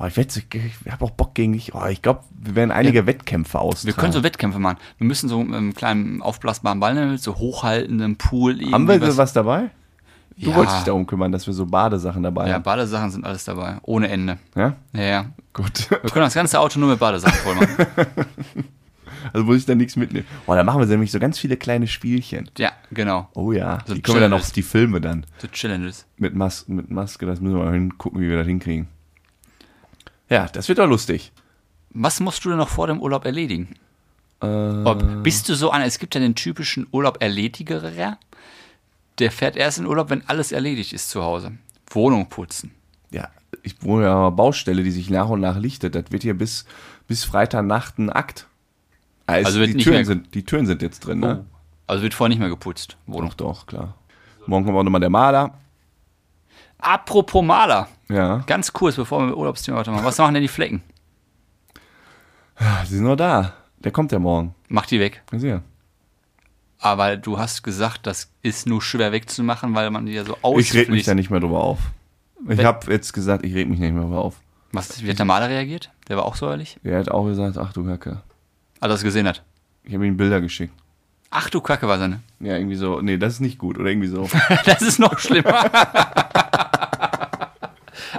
A: Oh, ich wette, ich habe auch Bock gegen dich. Oh, ich glaube, wir werden einige Wettkämpfe austragen.
B: Wir können so Wettkämpfe machen. Wir müssen so mit einem kleinen aufblasbaren Ball, nehmen, so hochhalten im Pool.
A: Haben
B: irgendwie
A: wir was, was dabei? Du
B: Ja.
A: wolltest dich darum kümmern, dass wir so Badesachen dabei
B: Ja,
A: haben.
B: Badesachen sind alles dabei. Ohne Ende.
A: Ja?
B: Ja, ja.
A: Gut.
B: Wir können das ganze Auto nur mit Badesachen voll machen.
A: Also muss ich dann nichts mitnehmen. Oh, da machen wir nämlich so ganz viele kleine Spielchen.
B: ja, genau.
A: Oh ja.
B: So
A: die können wir dann
B: Challenges.
A: auf die Filme dann.
B: So Challenges.
A: Mit, Mas mit Maske, das müssen wir mal hingucken, wie wir das hinkriegen. Ja, das wird doch lustig.
B: Was musst du denn noch vor dem Urlaub erledigen?
A: Äh,
B: Ob, bist du so einer? Es gibt ja den typischen Urlaub-Erledigerer. Der fährt erst in Urlaub, wenn alles erledigt ist zu Hause. Wohnung putzen.
A: ja, ich wohne ja auf einer Baustelle, die sich nach und nach lichtet. Das wird hier bis, bis Freitagnacht ein Akt. Ah, es-
B: Also wird
A: die,
B: nicht
A: Türen
B: mehr-
A: sind, die Türen sind jetzt drin, ne?
B: Also wird vorher nicht mehr geputzt. Wohnung.
A: Doch, doch, klar. Morgen kommt auch nochmal der Maler.
B: Apropos Maler.
A: Ja.
B: Ganz kurz, bevor wir mit Urlaubsthema weitermachen. Was machen denn die Flecken?
A: Ah, Sie sind nur da. Der kommt ja morgen.
B: Mach die weg.
A: Ja, sicher.
B: Aber du hast gesagt, das ist nur schwer wegzumachen, weil man die ja so
A: Ich reg mich da
B: ausfließt.
A: nicht mehr drüber auf. Ich
B: Wenn-
A: habe jetzt gesagt, ich reg mich nicht mehr drüber auf.
B: Was, wie hat der Maler reagiert? Der war auch säuerlich?
A: Er hat auch gesagt, ach du Kacke.
B: Als er es gesehen hat.
A: Ich habe ihm Bilder geschickt.
B: Ach du Kacke war seine.
A: Ja, irgendwie so, nee, das ist nicht gut. Oder irgendwie so.
B: Das ist noch schlimmer.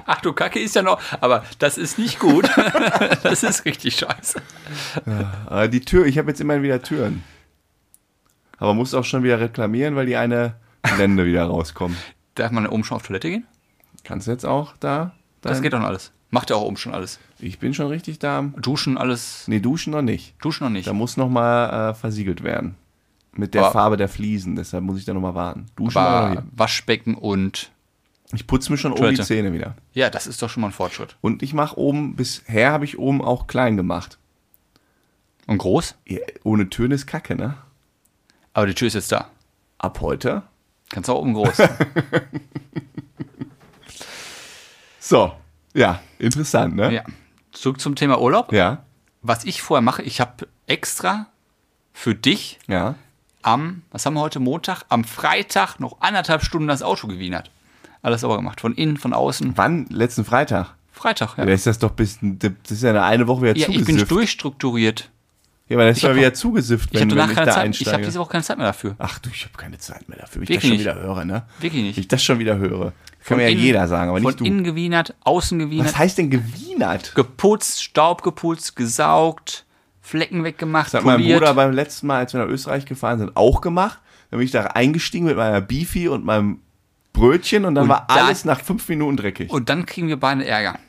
B: Ach du Kacke ist ja noch, aber das ist nicht gut. Das ist richtig scheiße.
A: Aber die Tür, ich habe jetzt immer wieder Türen. Aber muss auch schon wieder reklamieren, weil die eine Blende wieder rauskommt.
B: Darf man oben schon auf Toilette gehen?
A: Kannst du jetzt auch da?
B: Das
A: dein-
B: geht doch noch alles. Macht ja auch oben schon alles.
A: Ich bin schon richtig da. am-
B: Duschen alles,
A: Nee, duschen noch nicht.
B: duschen noch nicht.
A: Da muss nochmal äh, versiegelt werden. Mit der
B: Aber-
A: Farbe der Fliesen, deshalb muss ich da nochmal warten. Duschen aber noch
B: Aber
A: nicht.
B: Waschbecken und
A: Ich putze mir schon oben die
B: Toilette.
A: Zähne wieder.
B: ja, das ist doch schon mal ein Fortschritt.
A: Und ich mache oben, bisher habe ich oben auch klein gemacht.
B: Und groß?
A: Ja, ohne Türen ist Kacke, ne?
B: Aber die Tür ist jetzt da.
A: Ab heute.
B: Kannst auch oben groß.
A: So, ja, interessant, ne?
B: ja. Zurück zum Thema Urlaub.
A: Ja,
B: Was ich vorher mache, ich habe extra für dich
A: ja.
B: am, was haben wir heute, Montag, am Freitag noch anderthalb Stunden das Auto gewienert. Alles sauber gemacht. Von innen, von außen.
A: Wann? Letzten Freitag.
B: Freitag, ja.
A: Ja. Da ist das doch bis, das ist ja eine Woche wieder
B: Ja, ich bin
A: zugesifft.
B: durchstrukturiert.
A: ja, aber das ist
B: Ich
A: ja
B: hab-
A: wieder zugesifft,
B: Ich habe
A: wenn, wenn
B: danach
A: ich
B: keine
A: da
B: Zeit. Ich habe
A: einsteige.
B: diese Woche keine Zeit mehr dafür.
A: Ach du, ich habe keine Zeit mehr dafür, wenn ich
B: Wirklich
A: das schon
B: nicht.
A: wieder höre, ne?
B: Wirklich nicht.
A: Wenn ich das schon wieder höre. Kann mir ja
B: innen-
A: jeder sagen, aber
B: von
A: nicht du.
B: innen gewienert, außen gewienert,
A: Was heißt denn gewienert?
B: geputzt, Staub geputzt, gesaugt, Flecken weggemacht,
A: Das hat mein Bruder beim letzten Mal, als wir nach Österreich gefahren sind, auch gemacht. Dann bin ich da eingestiegen mit meiner Beefy und meinem Brötchen und dann
B: Und
A: war
B: da-
A: alles nach fünf Minuten dreckig.
B: Und dann kriegen wir beide Ärger.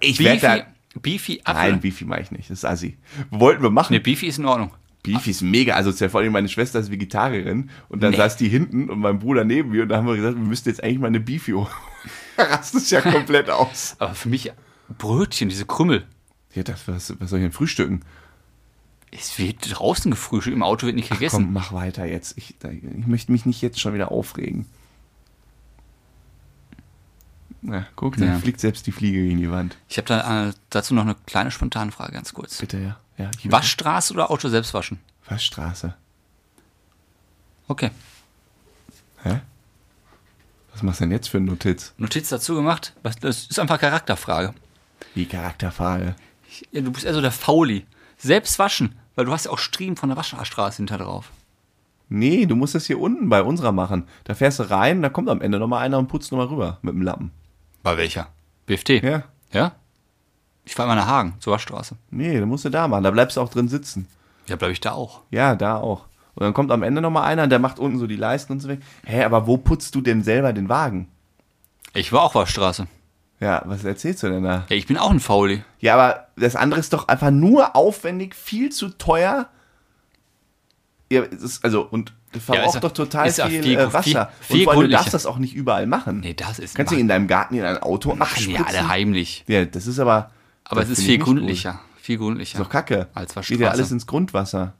A: ich werde da.
B: Beefy, Beefy Apfel.
A: Nein, Beefy mache ich nicht. Das ist assi. Wollten wir machen.
B: Ne, Beefy ist in Ordnung.
A: Beefy ist mega asozial. Vor allem meine Schwester ist Vegetarierin und dann
B: Nee.
A: saß die hinten und mein Bruder neben mir und da haben wir gesagt, wir müssten jetzt eigentlich mal eine Beefy holen. Rastet ja komplett aus.
B: Aber für mich Brötchen, diese Krümmel.
A: Ja, das, was, was soll ich denn frühstücken?
B: Es wird draußen gefrühstückt, im Auto wird nicht gegessen.
A: Komm, mach weiter jetzt. Ich, da, ich möchte mich nicht jetzt schon wieder aufregen. Na, guck, da
B: Ja.
A: fliegt selbst die Fliege gegen die Wand.
B: Ich habe da äh, dazu noch eine kleine spontane Frage, ganz kurz.
A: Bitte, ja. ja ich
B: Waschstraße oder Auto selbst waschen?
A: Waschstraße.
B: Okay.
A: Hä? Was machst du denn jetzt für eine Notiz?
B: Notiz dazu gemacht. Was, das ist einfach Charakterfrage.
A: Die Charakterfrage.
B: Ja, du bist also der Fauli. Selbst waschen, weil du hast ja auch Striemen von der Waschstraße hinter drauf.
A: Nee, du musst das hier unten bei unserer machen. Da fährst du rein, da kommt am Ende nochmal einer und putzt nochmal rüber mit dem Lappen.
B: Bei welcher? BFT.
A: Ja?
B: Ja? Ich fahre mal nach Hagen zur Waschstraße.
A: Nee, da musst du da machen. Da bleibst du auch drin sitzen.
B: Ja, bleibe ich da auch.
A: Ja, da auch. Und dann kommt am Ende nochmal einer, der macht unten so die Leisten und so weg. Hä, aber wo putzt du denn selber den Wagen?
B: Ich war auch Waschstraße.
A: Ja, was erzählst du denn da?
B: Ja, ich bin auch ein Fauli.
A: Ja, aber das andere ist doch einfach nur aufwendig, viel zu teuer. Ja, es ist, also, und das
B: Ja,
A: verbraucht
B: ist ja-
A: doch total
B: ist ja
A: viel,
B: viel-
A: äh, Wasser.
B: viel- viel
A: und vor allem, du
B: gründlicher.
A: darfst das auch nicht überall machen.
B: Nee, das ist.
A: Kannst du in deinem Garten in ein Auto
B: machen ja alle
A: abspritzen?
B: heimlich.
A: Ja, das ist aber.
B: Aber
A: das
B: es
A: finde
B: ist viel
A: ich nicht
B: gründlicher. Viel gründlicher.
A: Gut. Ist doch kacke. Geht ja
B: Als Waschstraße.
A: alles ins Grundwasser.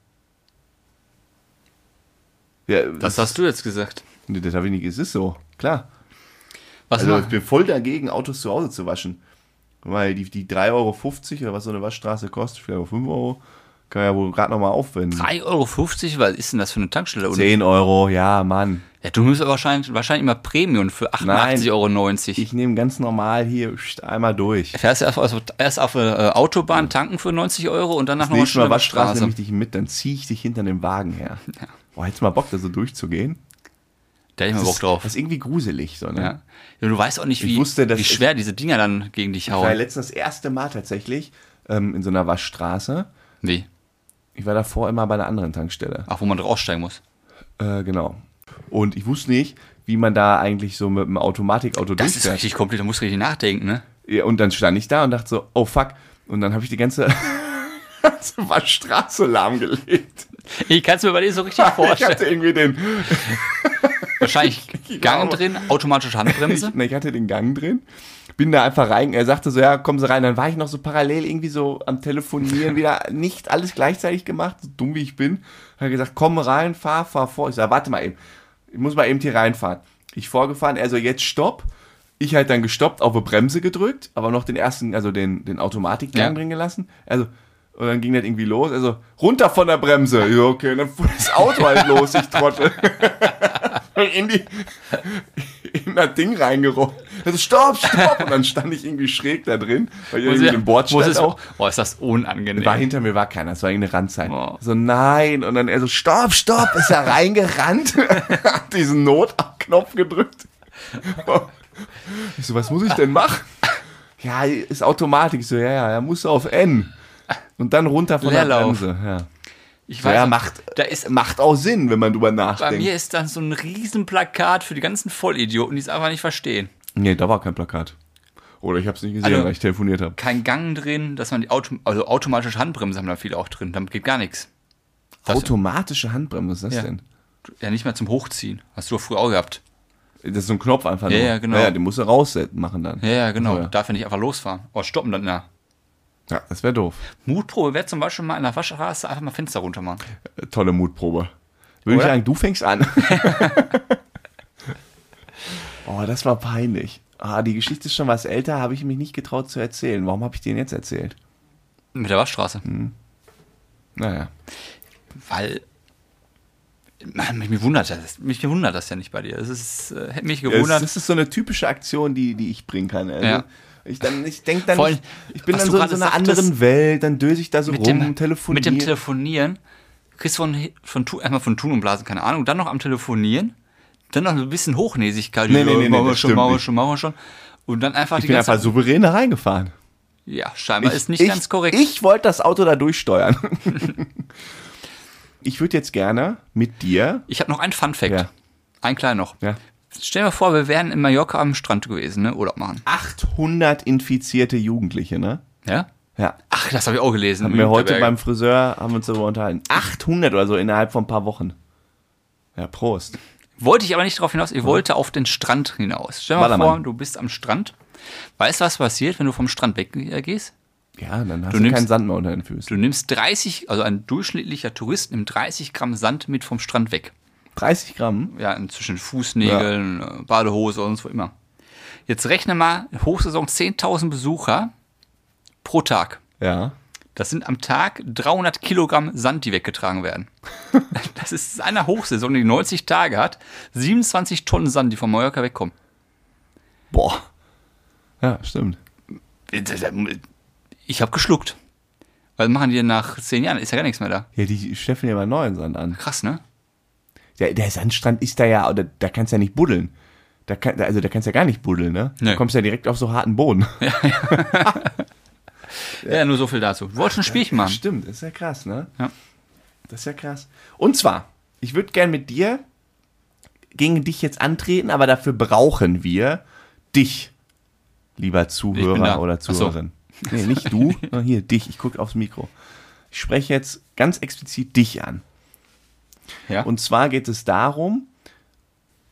A: Ja,
B: Das hast du jetzt gesagt.
A: nee, das habe ich nicht. Es ist so, klar.
B: Was
A: Also ich
B: ma-
A: bin voll dagegen, Autos zu Hause zu waschen. Weil die, die 3,50 Euro oder was so eine Waschstraße kostet, vielleicht auch 5 Euro, kann man ja wohl gerade nochmal aufwenden.
B: 3,50 Euro, was ist denn das für eine Tankstelle? Und,
A: 10 Euro, ja, Mann.
B: ja, du musst aber wahrscheinlich, wahrscheinlich immer Premium für 88,90 Euro.
A: Ich nehme ganz normal hier pst, einmal durch.
B: Fährst du erst auf, erst auf äh, Autobahn tanken für 90 Euro und danach nochmal
A: Nächstes
B: schnell
A: Mal
B: über
A: Waschstraße
B: Straße.
A: nehme ich dich mit, dann ziehe ich dich hinter dem Wagen her. Boah, hättest du mal Bock, da so durchzugehen?
B: Da hätte ich mal Bock drauf.
A: Das ist irgendwie gruselig, so, ne?
B: Ja. Ja, du weißt auch nicht, wie,
A: wusste, dass
B: wie
A: ich-
B: schwer diese Dinger dann gegen dich
A: Ich war ja
B: hauen.
A: letztens das erste Mal tatsächlich ähm, in so einer Waschstraße.
B: Wie?
A: Ich war davor immer bei einer anderen Tankstelle.
B: Ach, wo man drauf aussteigen muss.
A: Äh, genau. Und ich wusste nicht, wie man da eigentlich so mit einem Automatikauto
B: Das ist
A: durchfährt.
B: richtig kompliziert, da musst du richtig nachdenken, ne?
A: Ja, und dann stand ich da und dachte so, oh fuck. Und dann habe ich die ganze, ganze Waschstraße lahmgelegt.
B: Ich kann es mir bei dir so richtig
A: Ich
B: vorstellen.
A: hatte irgendwie den,
B: Wahrscheinlich Gang
A: glaube-
B: drin, automatische
A: genau ich,
B: Handbremse.
A: na, ich hatte den Gang drin, bin da einfach rein. Er sagte so, ja, kommen Sie rein. Dann war ich noch so parallel irgendwie so am Telefonieren, wieder nicht alles gleichzeitig gemacht, so dumm wie ich bin. Hat er gesagt, komm rein, fahr, fahr vor. Ich sag, warte mal eben, ich muss mal eben hier reinfahren. Ich vorgefahren, er so, jetzt stopp. Ich halt dann gestoppt, auf die Bremse gedrückt, aber noch den ersten, also den, den Automatikgang
B: Ja.
A: drin gelassen. Also, und dann ging das irgendwie los. Also, runter von der Bremse. Ja, okay, dann fuhr das Auto halt los, ich Trottel. in die, in das Ding reingerollt. Also stopp, stopp. Und dann stand ich irgendwie schräg da drin, weil ich irgendwie im Bord
B: Wo
A: stand
B: ist-
A: auch.
B: Oh, ist das unangenehm.
A: War hinter mir war keiner, es war irgendeine Randzeit.
B: Oh.
A: So, nein. Und dann er so, stopp, stopp, ist er reingerannt, hat diesen Notknopf gedrückt. Ich so, was muss ich denn machen? Ja, ist Automatik. Ich so, ja, ja, er muss auf N. Und dann runter von
B: Leerlauf.
A: der Bremse. Ja.
B: Ich
A: So, ja,
B: nicht.
A: macht,
B: da ist
A: macht auch Sinn, wenn man drüber
B: Bei
A: nachdenkt.
B: mir ist dann so ein Riesenplakat für die ganzen Vollidioten, die es einfach nicht verstehen.
A: Nee, da war kein Plakat. Oder ich habe es nicht gesehen,
B: Also-
A: weil ich telefoniert habe.
B: Kein Gang drin, dass man die Auto, also automatische Handbremse haben da viele auch drin. Damit geht gar nichts. Das-
A: Automatische Handbremse, was ist das
B: Ja.
A: denn?
B: Ja, nicht mehr zum Hochziehen. Hast du doch früher auch gehabt.
A: Das ist so ein Knopf einfach
B: Ja,
A: nur.
B: ja, genau.
A: Ja, den musst du rausmachen dann.
B: Ja, ja, genau.
A: So, ja.
B: Darf ja nicht einfach losfahren. Oh, stoppen dann. Na.
A: Ja, das wäre doof.
B: Mutprobe wäre zum Beispiel mal in der Waschstraße einfach mal Fenster runter machen.
A: Äh, Tolle Mutprobe. Würde ich
B: Oder?
A: sagen, du fängst an. oh, das war peinlich. Ah, die Geschichte ist schon was älter, habe ich mich nicht getraut zu erzählen. Warum habe ich den jetzt erzählt?
B: Mit der Waschstraße.
A: Naja.
B: Weil. Mann, mich, mich, wundert das, mich wundert das ja nicht bei dir. Das ist, äh, hätte mich
A: Das,
B: gewundert.
A: das ist so eine typische Aktion, die, die ich bringen kann. Also,
B: Ja.
A: Ich, dann- ich denke dann,
B: Vor allem,
A: nicht- ich bin
B: was
A: dann
B: du
A: so in so
B: gerade
A: einer
B: sagtest,
A: anderen Welt, dann döse ich da so
B: mit
A: rum,
B: dem,
A: telefoniere.
B: mit dem Telefonieren kriegst du von, von, Tu- erstmal von Tun und Blasen, keine Ahnung, dann noch am Telefonieren, dann noch ein bisschen Hochnäsigkeit,
A: Nee, nee,
B: ja,
A: nee, nee,
B: machen wir
A: das
B: schon,
A: stimmt
B: machen wir
A: nicht.
B: schon, machen wir schon. Und dann einfach
A: ich
B: die
A: bin
B: ganze
A: einfach souverän da reingefahren.
B: Ja, scheinbar ist nicht
A: ich,
B: ganz korrekt.
A: Ich wollte das Auto da durchsteuern. ich würde jetzt gerne mit dir.
B: Ich habe noch einen Fun Fact.
A: Ja.
B: Ein kleiner noch.
A: Ja.
B: Stell dir mal vor, wir wären in Mallorca am Strand gewesen, ne? Urlaub machen.
A: 800 infizierte Jugendliche, ne?
B: Ja?
A: Ja.
B: Ach, das habe ich auch gelesen.
A: Haben wir heute
B: Winterberger.
A: beim Friseur, haben wir uns darüber unterhalten. 800 oder so innerhalb von ein paar Wochen. Ja, Prost.
B: Wollte ich aber nicht darauf hinaus. Ich wollte auf den Strand hinaus. Stell dir mal vor,
A: Mhm. Ballermann.
B: du bist am Strand. Weißt du, was passiert, wenn du vom Strand weggehst?
A: Ja, dann hast
B: Du
A: du,
B: nimmst-
A: keinen Sand mehr unter den Füßen.
B: Du nimmst 30, also ein durchschnittlicher Tourist nimmt 30 Gramm Sand mit vom Strand weg.
A: 30 Gramm.
B: Ja, zwischen Fußnägeln, äh, Badehose und so immer. Jetzt rechne mal, Hochsaison 10.000 Besucher pro Tag.
A: Ja.
B: Das sind am Tag 300 Kilogramm Sand, die weggetragen werden. Das ist einer Hochsaison, die 90 Tage hat, 27 Tonnen Sand, die von Mallorca wegkommen.
A: Boah. Ja, stimmt.
B: Ich habe geschluckt. Was machen die denn nach 10 Jahren? Ist ja gar nichts mehr da.
A: Ja, die scheffeln ja mal neuen Sand an.
B: Krass, ne?
A: Der, der Sandstrand ist da ja, oder da kannst du ja nicht buddeln. Da kann, also da kannst du ja gar nicht buddeln, ne?
B: Nee.
A: Du kommst ja direkt auf so harten Boden.
B: Ja, nur so viel dazu. Wollte schon ein Spielchen machen.
A: Stimmt, das ist ja krass, ne?
B: Ja.
A: Das ist ja krass. Und zwar, ich würde gern mit dir gegen dich jetzt antreten, aber dafür brauchen wir dich, lieber
B: Ich bin da.
A: Zuhörer oder
B: Ach so.
A: Zuhörerin. Nee, nicht du, sondern hier, dich. Ich gucke aufs Mikro. Ich spreche jetzt ganz explizit dich an.
B: Ja.
A: Und zwar geht es darum,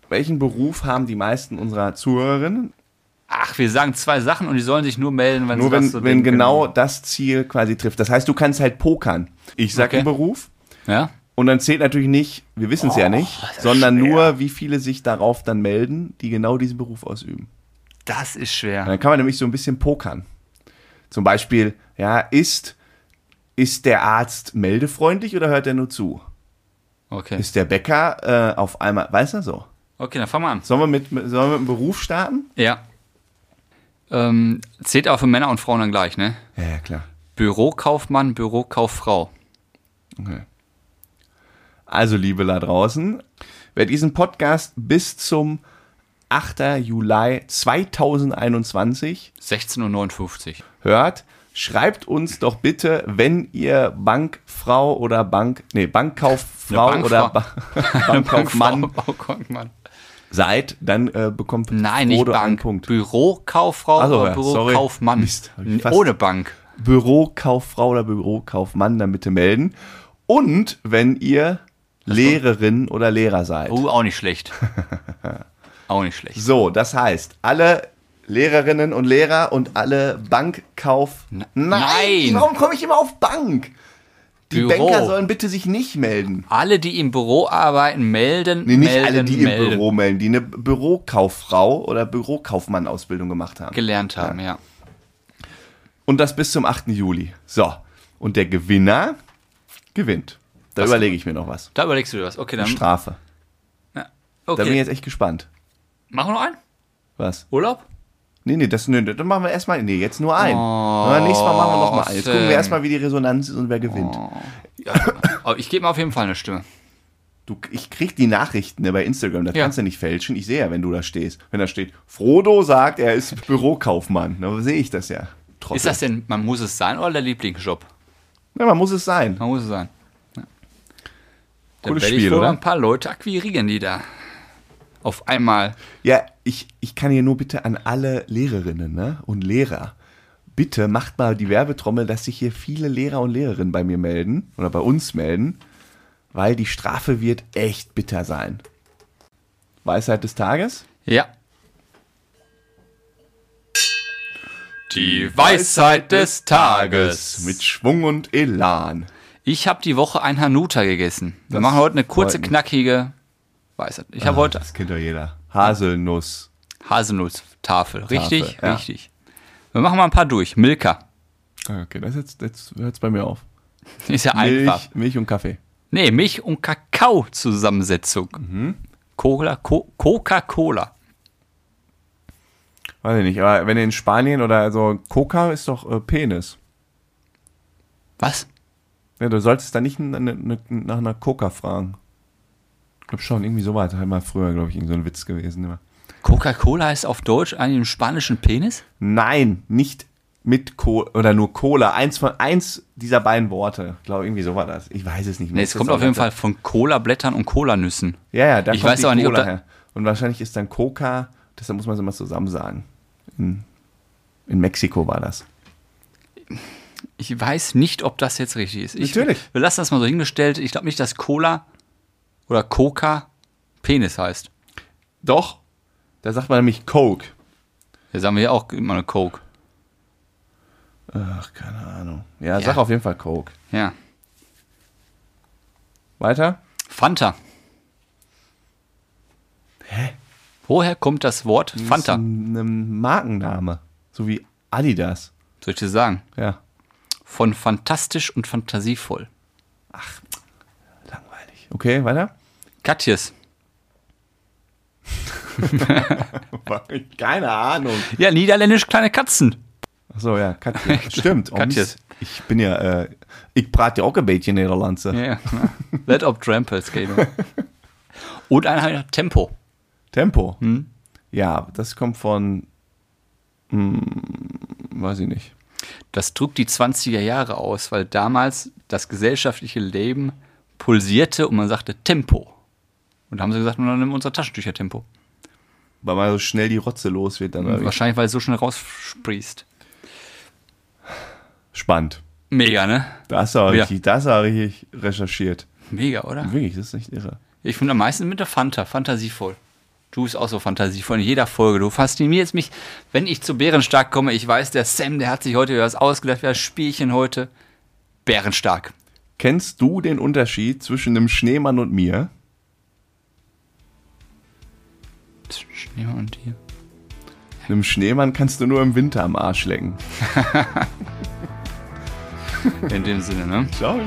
A: welchen Beruf haben die meisten unserer Zuhörerinnen?
B: Ach, wir sagen zwei Sachen und die sollen sich nur melden, wenn
A: Nur
B: sie das
A: wenn,
B: so
A: wenn
B: denken.
A: genau das Ziel quasi trifft. Das heißt, du kannst halt pokern. Ich sage
B: Okay.
A: einen Beruf,
B: Ja?
A: Und dann zählt natürlich nicht, wir wissen es ja nicht,
B: Oh, das ist
A: sondern
B: schwer.
A: nur, wie viele sich darauf dann melden, die genau diesen Beruf ausüben.
B: Das ist
A: Und
B: schwer.
A: dann kann man nämlich so ein bisschen pokern. Zum Beispiel, ja, ist, ist der Arzt meldefreundlich oder hört er nur zu?
B: Okay.
A: Ist der Bäcker äh, auf einmal, weißt du so?
B: Okay, dann fangen wir an.
A: Sollen wir mit, mit- sollen wir mit dem Beruf starten?
B: Ja. Ähm, zählt aber für Männer und Frauen dann gleich, ne?
A: Ja, ja klar.
B: Bürokaufmann, Bürokauffrau.
A: Okay. Also, liebe da draußen, wer diesen Podcast bis zum 8. Juli 2021
B: 16.59 Uhr.
A: hört, schreibt uns doch bitte, wenn ihr Bankfrau oder Bank, nee, Bankkauffrau
B: Eine Bankfrau.
A: oder ba Bankkaufmann
B: Bankkaufmann.
A: seid, dann äh, bekommt
B: Nein, nicht
A: Frodo einen
B: Bank.
A: Punkt.
B: Bürokauffrau
A: Ach so,
B: oder
A: ja, sorry.
B: Bürokaufmann.
A: Mist, hab ich fast-
B: Ohne Bank.
A: Bürokauffrau oder Bürokaufmann dann bitte melden. Und wenn ihr Lehrerin oder Lehrer seid.
B: Oh, auch nicht schlecht. auch nicht schlecht.
A: So, das heißt, alle Lehrerinnen und Lehrer und alle Bankkauf...
B: nein!
A: Warum komme ich immer auf Bank? Die
B: Büro.
A: Banker sollen bitte sich nicht melden.
B: Alle, die im Büro arbeiten, melden,
A: Nee, nicht
B: melden,
A: alle, die
B: melden.
A: im Büro melden, die eine Bürokauffrau oder Bürokaufmann-Ausbildung gemacht haben.
B: gelernt haben, ja.
A: Und das bis zum 8. Juli. So. Und der Gewinner gewinnt. Da
B: Das-
A: überlege ich mir noch was.
B: Da überlegst du dir was. Okay, dann.
A: Strafe.
B: Ja.
A: Da bin ich
B: Hm? Okay.
A: jetzt echt gespannt.
B: Machen wir noch einen?
A: Was?
B: Urlaub?
A: Nee, nee, das, nee, das machen wir erstmal. Nee, jetzt nur einen.
B: Oh,
A: Na, nächstes Mal machen wir nochmal einen. Jetzt gucken
B: Sam.
A: wir erstmal, wie die Resonanz ist und wer gewinnt.
B: Ja, aber Oh, ich gebe mir auf jeden Fall eine Stimme.
A: Du, ich krieg die Nachrichten ne, bei Instagram, das
B: Ja.
A: kannst du nicht fälschen. Ich sehe ja, wenn du da stehst. Wenn da steht, Frodo sagt, er ist Bürokaufmann, dann sehe ich das ja. Trotzdem.
B: Ist das denn, man muss es sein oder der Lieblingsjob?
A: ja, man muss es sein.
B: Man muss es sein. Ja. Dann
A: Cooles
B: werde ich
A: Spiel,
B: wohl
A: oder?
B: ein paar Leute akquirieren, die da auf einmal.
A: Ja, ich, ich kann hier nur bitte an alle Lehrerinnen ne? und Lehrer. Bitte macht mal die Werbetrommel, dass sich hier viele Lehrer und Lehrerinnen bei mir melden oder bei uns melden, weil die Strafe wird echt bitter sein. Weisheit des Tages?
B: Ja. Die Weisheit des Tages.
A: Mit Schwung und Elan.
B: Ich habe die Woche ein Hanuta gegessen. Wir
A: Das
B: machen heute eine kurze,
A: freut mich. Ah.
B: knackige Weisheit. Ich habe heute
A: Das kennt doch jeder. Haselnuss.
B: Haselnuss-Tafel. Richtig,
A: ja.
B: richtig. Wir machen mal ein paar durch. Milka.
A: Ah, Okay, das jetzt, jetzt hört es bei mir auf.
B: Ist ja einfach.
A: Milch, Milch und Kaffee.
B: Nee, Milch- und Kakao-Zusammensetzung.
A: Mhm.
B: Cola, Co Coca-Cola.
A: Weiß ich nicht, aber wenn in Spanien oder so, Coca ist doch äh, Penis.
B: Was?
A: Ja, du solltest da nicht n- n- n- nach einer Coca fragen. Ich glaube schon, irgendwie so war das halt mal früher, glaube ich, irgend so ein Witz gewesen. Immer.
B: Coca-Cola heißt auf Deutsch einen spanischen Penis?
A: Nein, nicht mit Co oder nur Cola. Eins von eins dieser beiden Worte. Ich glaube, irgendwie so war das. Ich weiß es nicht mehr.
B: Nee,
A: Das
B: es
A: ist
B: kommt
A: so
B: auf jeden
A: langsam.
B: Fall von Cola-Blättern und Cola-Nüssen.
A: Ja, ja, da
B: Ich
A: kommt
B: weiß
A: die
B: auch nicht, ob
A: Cola
B: da-
A: her. Und wahrscheinlich ist dann Coca, deshalb muss man es immer zusammen sagen. In, in Mexiko war das.
B: Ich weiß nicht, ob das jetzt richtig ist. Ich,
A: Natürlich.
B: Wir lassen das mal so hingestellt. Ich glaube nicht, dass Cola oder Coca Penis heißt.
A: Doch, da sagt man nämlich Coke.
B: Hier sagen wir ja auch immer eine Coke.
A: Ach, keine Ahnung. Ja, sag auf jeden Fall Coke.
B: Ja.
A: Weiter?
B: Fanta.
A: Hä?
B: Woher kommt das Wort Fanta?
A: Das ist ein ein Markenname. So wie Adidas.
B: Soll ich dir sagen?
A: Ja.
B: Von fantastisch und fantasievoll.
A: Langweilig. Okay, weiter?
B: Katjes.
A: keine Ahnung.
B: Ja, niederländisch kleine Katzen.
A: Achso, ja, Katje. Stimmt. Oh,
B: Katje.
A: Mist. Ich bin ja, äh, ich prate ja auch ein bisschen Nederlands.
B: Ja, ja. Let up Trampels, Gamer. Und ein halt Tempo.
A: Tempo. Ja, das kommt von, hm, weiß ich nicht.
B: Das drückt die 20er Jahre aus, weil damals das gesellschaftliche Leben pulsierte und man sagte Tempo. Und da haben sie gesagt, dann nehmen wir unser Taschentücher Tempo.
A: Weil mal so schnell die Rotze los wird, dann irgendwie
B: Wahrscheinlich, weil es so schnell raussprießt.
A: spannend.
B: Mega, ne?
A: Das war
B: Ja.
A: richtig, das war richtig recherchiert.
B: Mega, oder?
A: Wirklich, das ist nicht irre.
B: Ich bin am meisten mit der Fanta, fantasievoll. Du bist auch so fantasievoll in jeder Folge. Du faszinierst mich, wenn ich zu Bärenstark komme. Ich weiß, der Sam, der hat sich heute wieder was ausgedacht, wieder das Spielchen heute. Bärenstark.
A: Kennst du den Unterschied zwischen einem Schneemann und mir?
B: Zwischen Schneemann und hier.
A: Einem Schneemann kannst du nur im Winter am Arsch lecken.
B: In dem Sinne, ne?
A: Ciao.